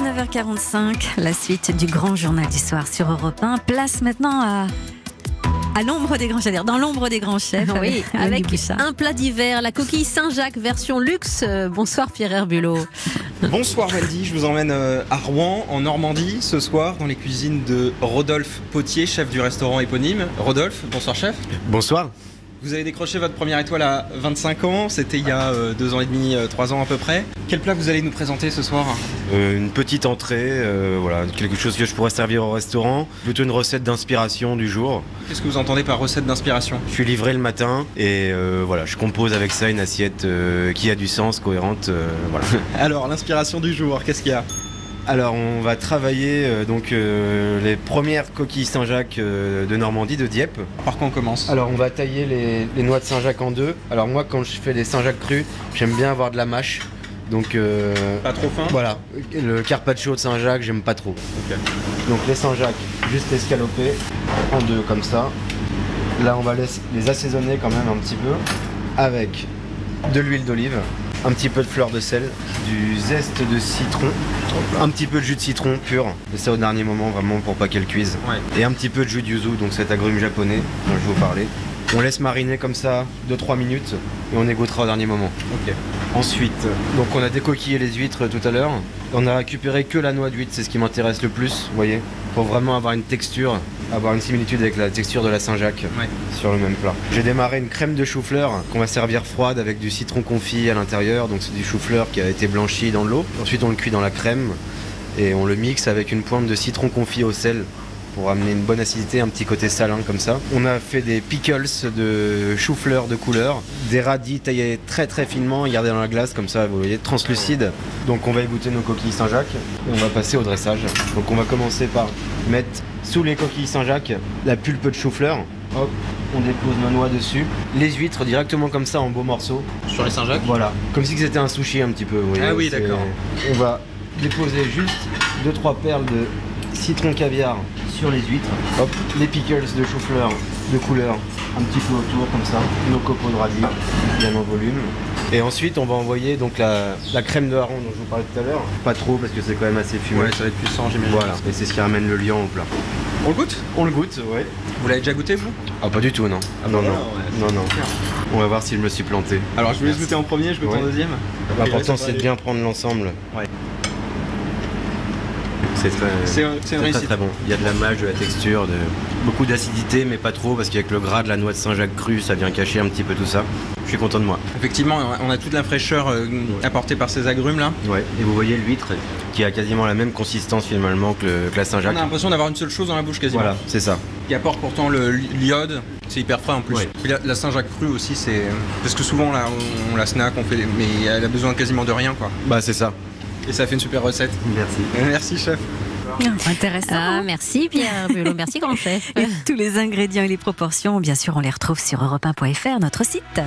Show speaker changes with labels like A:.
A: 9h45, la suite du grand journal du soir sur Europe 1. Place maintenant à. À l'ombre des grands chefs, dans l'ombre des grands chefs.
B: Oui, avec, avec un plat d'hiver, la coquille Saint-Jacques version luxe. Euh, bonsoir Pierre Herbulot.
C: Bonsoir Wendy, je vous emmène euh, à Rouen, en Normandie, ce soir, dans les cuisines de Rodolphe Potier, chef du restaurant éponyme. Rodolphe, bonsoir chef.
D: Bonsoir.
C: Vous avez décroché votre première étoile à 25 ans, c'était il y a 2 ans et demi, 3 ans à peu près. Quel plat vous allez nous présenter ce soir
D: euh, Une petite entrée, euh, voilà, quelque chose que je pourrais servir au restaurant, plutôt une recette d'inspiration du jour.
C: Qu'est-ce que vous entendez par recette d'inspiration
D: Je suis livré le matin et euh, voilà, je compose avec ça une assiette euh, qui a du sens, cohérente. euh, voilà.
C: Alors, l'inspiration du jour, qu'est-ce qu'il y a
D: alors on va travailler euh, donc euh, les premières coquilles Saint-Jacques euh, de Normandie, de Dieppe.
C: Par quoi on commence
D: Alors on va tailler les, les noix de Saint-Jacques en deux. Alors moi quand je fais les Saint-Jacques crus, j'aime bien avoir de la mâche. Donc euh,
C: pas trop fin.
D: Voilà, le carpaccio de Saint-Jacques, j'aime pas trop.
C: Okay.
D: Donc les Saint-Jacques, juste escalopés en deux comme ça. Là on va les, les assaisonner quand même un petit peu avec de l'huile d'olive, un petit peu de fleur de sel, du zeste de citron, un petit peu de jus de citron pur, et ça au dernier moment vraiment pour pas qu'elle cuise.
C: Ouais.
D: Et un petit peu de jus de yuzu, donc cet agrume japonais dont je vous parlais. On laisse mariner comme ça 2-3 minutes et on égouttera au dernier moment.
C: Ok.
D: Ensuite,
C: euh,
D: donc on a décoquillé les huîtres euh, tout à l'heure. On a récupéré que la noix d'huître, c'est ce qui m'intéresse le plus, vous voyez, pour vraiment avoir une texture, avoir une similitude avec la texture de la Saint-Jacques
C: ouais.
D: sur le même plat. J'ai démarré une crème de chou-fleur qu'on va servir froide avec du citron confit à l'intérieur, donc c'est du chou-fleur qui a été blanchi dans l'eau. Ensuite, on le cuit dans la crème et on le mixe avec une pointe de citron confit au sel pour amener une bonne acidité, un petit côté salin comme ça. On a fait des pickles de chou-fleur de couleur, des radis taillés très très finement, gardés dans la glace comme ça, vous voyez, translucide. Donc on va égoutter nos coquilles Saint-Jacques et on va passer au dressage. Donc on va commencer par mettre sous les coquilles Saint-Jacques la pulpe de chou-fleur. Hop, on dépose nos noix dessus, les huîtres directement comme ça en beaux morceaux.
C: Sur les Saint-Jacques
D: Voilà, comme si c'était un sushi un petit peu. Vous voyez,
C: ah oui,
D: c'est-
C: d'accord.
D: On va déposer juste 2-3 perles de citron caviar sur les huîtres. Hop, les pickles de chou-fleur de couleur un petit peu autour comme ça. Nos copeaux de radis bien en volume. Et ensuite, on va envoyer donc la, la crème de hareng dont je vous parlais tout à l'heure. Pas trop parce que c'est quand même assez fumé.
C: Ouais, ça va être puissant, j'imagine.
D: Voilà, et c'est ce qui ramène le lion au plat.
C: On le goûte
D: On le goûte, ouais.
C: Vous l'avez déjà goûté, vous
D: Ah, pas du tout, non. non,
C: bah
D: non.
C: voilà, ouais,
D: non, non. On va voir si je me suis planté.
C: Alors, je vous laisse
D: Merci.
C: goûter en premier, je goûte en
D: Ouais.
C: deuxième.
D: L'important, c'est de bien prendre l'ensemble.
C: Ouais.
D: C'est très,
C: C'est un- c'est
D: c'est
C: une
D: très,
C: réussite.
D: très bon. Il y a de la mâche, de la texture, de... beaucoup d'acidité, mais pas trop, parce qu'avec le gras de la noix de Saint-Jacques crue, ça vient cacher un petit peu tout ça. Je suis content de moi.
C: Effectivement, on a toute la fraîcheur euh, apportée par ces agrumes là.
D: Ouais. Et vous voyez l'huître qui a quasiment la même consistance finalement que, le- que la
C: On a
D: Saint-Jacques.
C: l'impression d'avoir une seule chose dans la bouche quasiment.
D: Voilà, c'est ça.
C: Qui apporte pourtant le li- l'iode. C'est hyper frais en plus.
D: Ouais.
C: Puis La, la Saint-Jacques crue aussi, c'est. euh, Parce que souvent là, on, on la snack, on fait. Mais elle a besoin quasiment de rien quoi.
D: Bah, c'est ça.
C: Et ça fait une super recette.
D: Merci.
C: Merci chef.
A: Intéressant.
B: Ah, merci Pierre Herbulot, merci grand chef.
A: Et tous les ingrédients et les proportions, bien sûr, on les retrouve sur europe1.fr, notre site.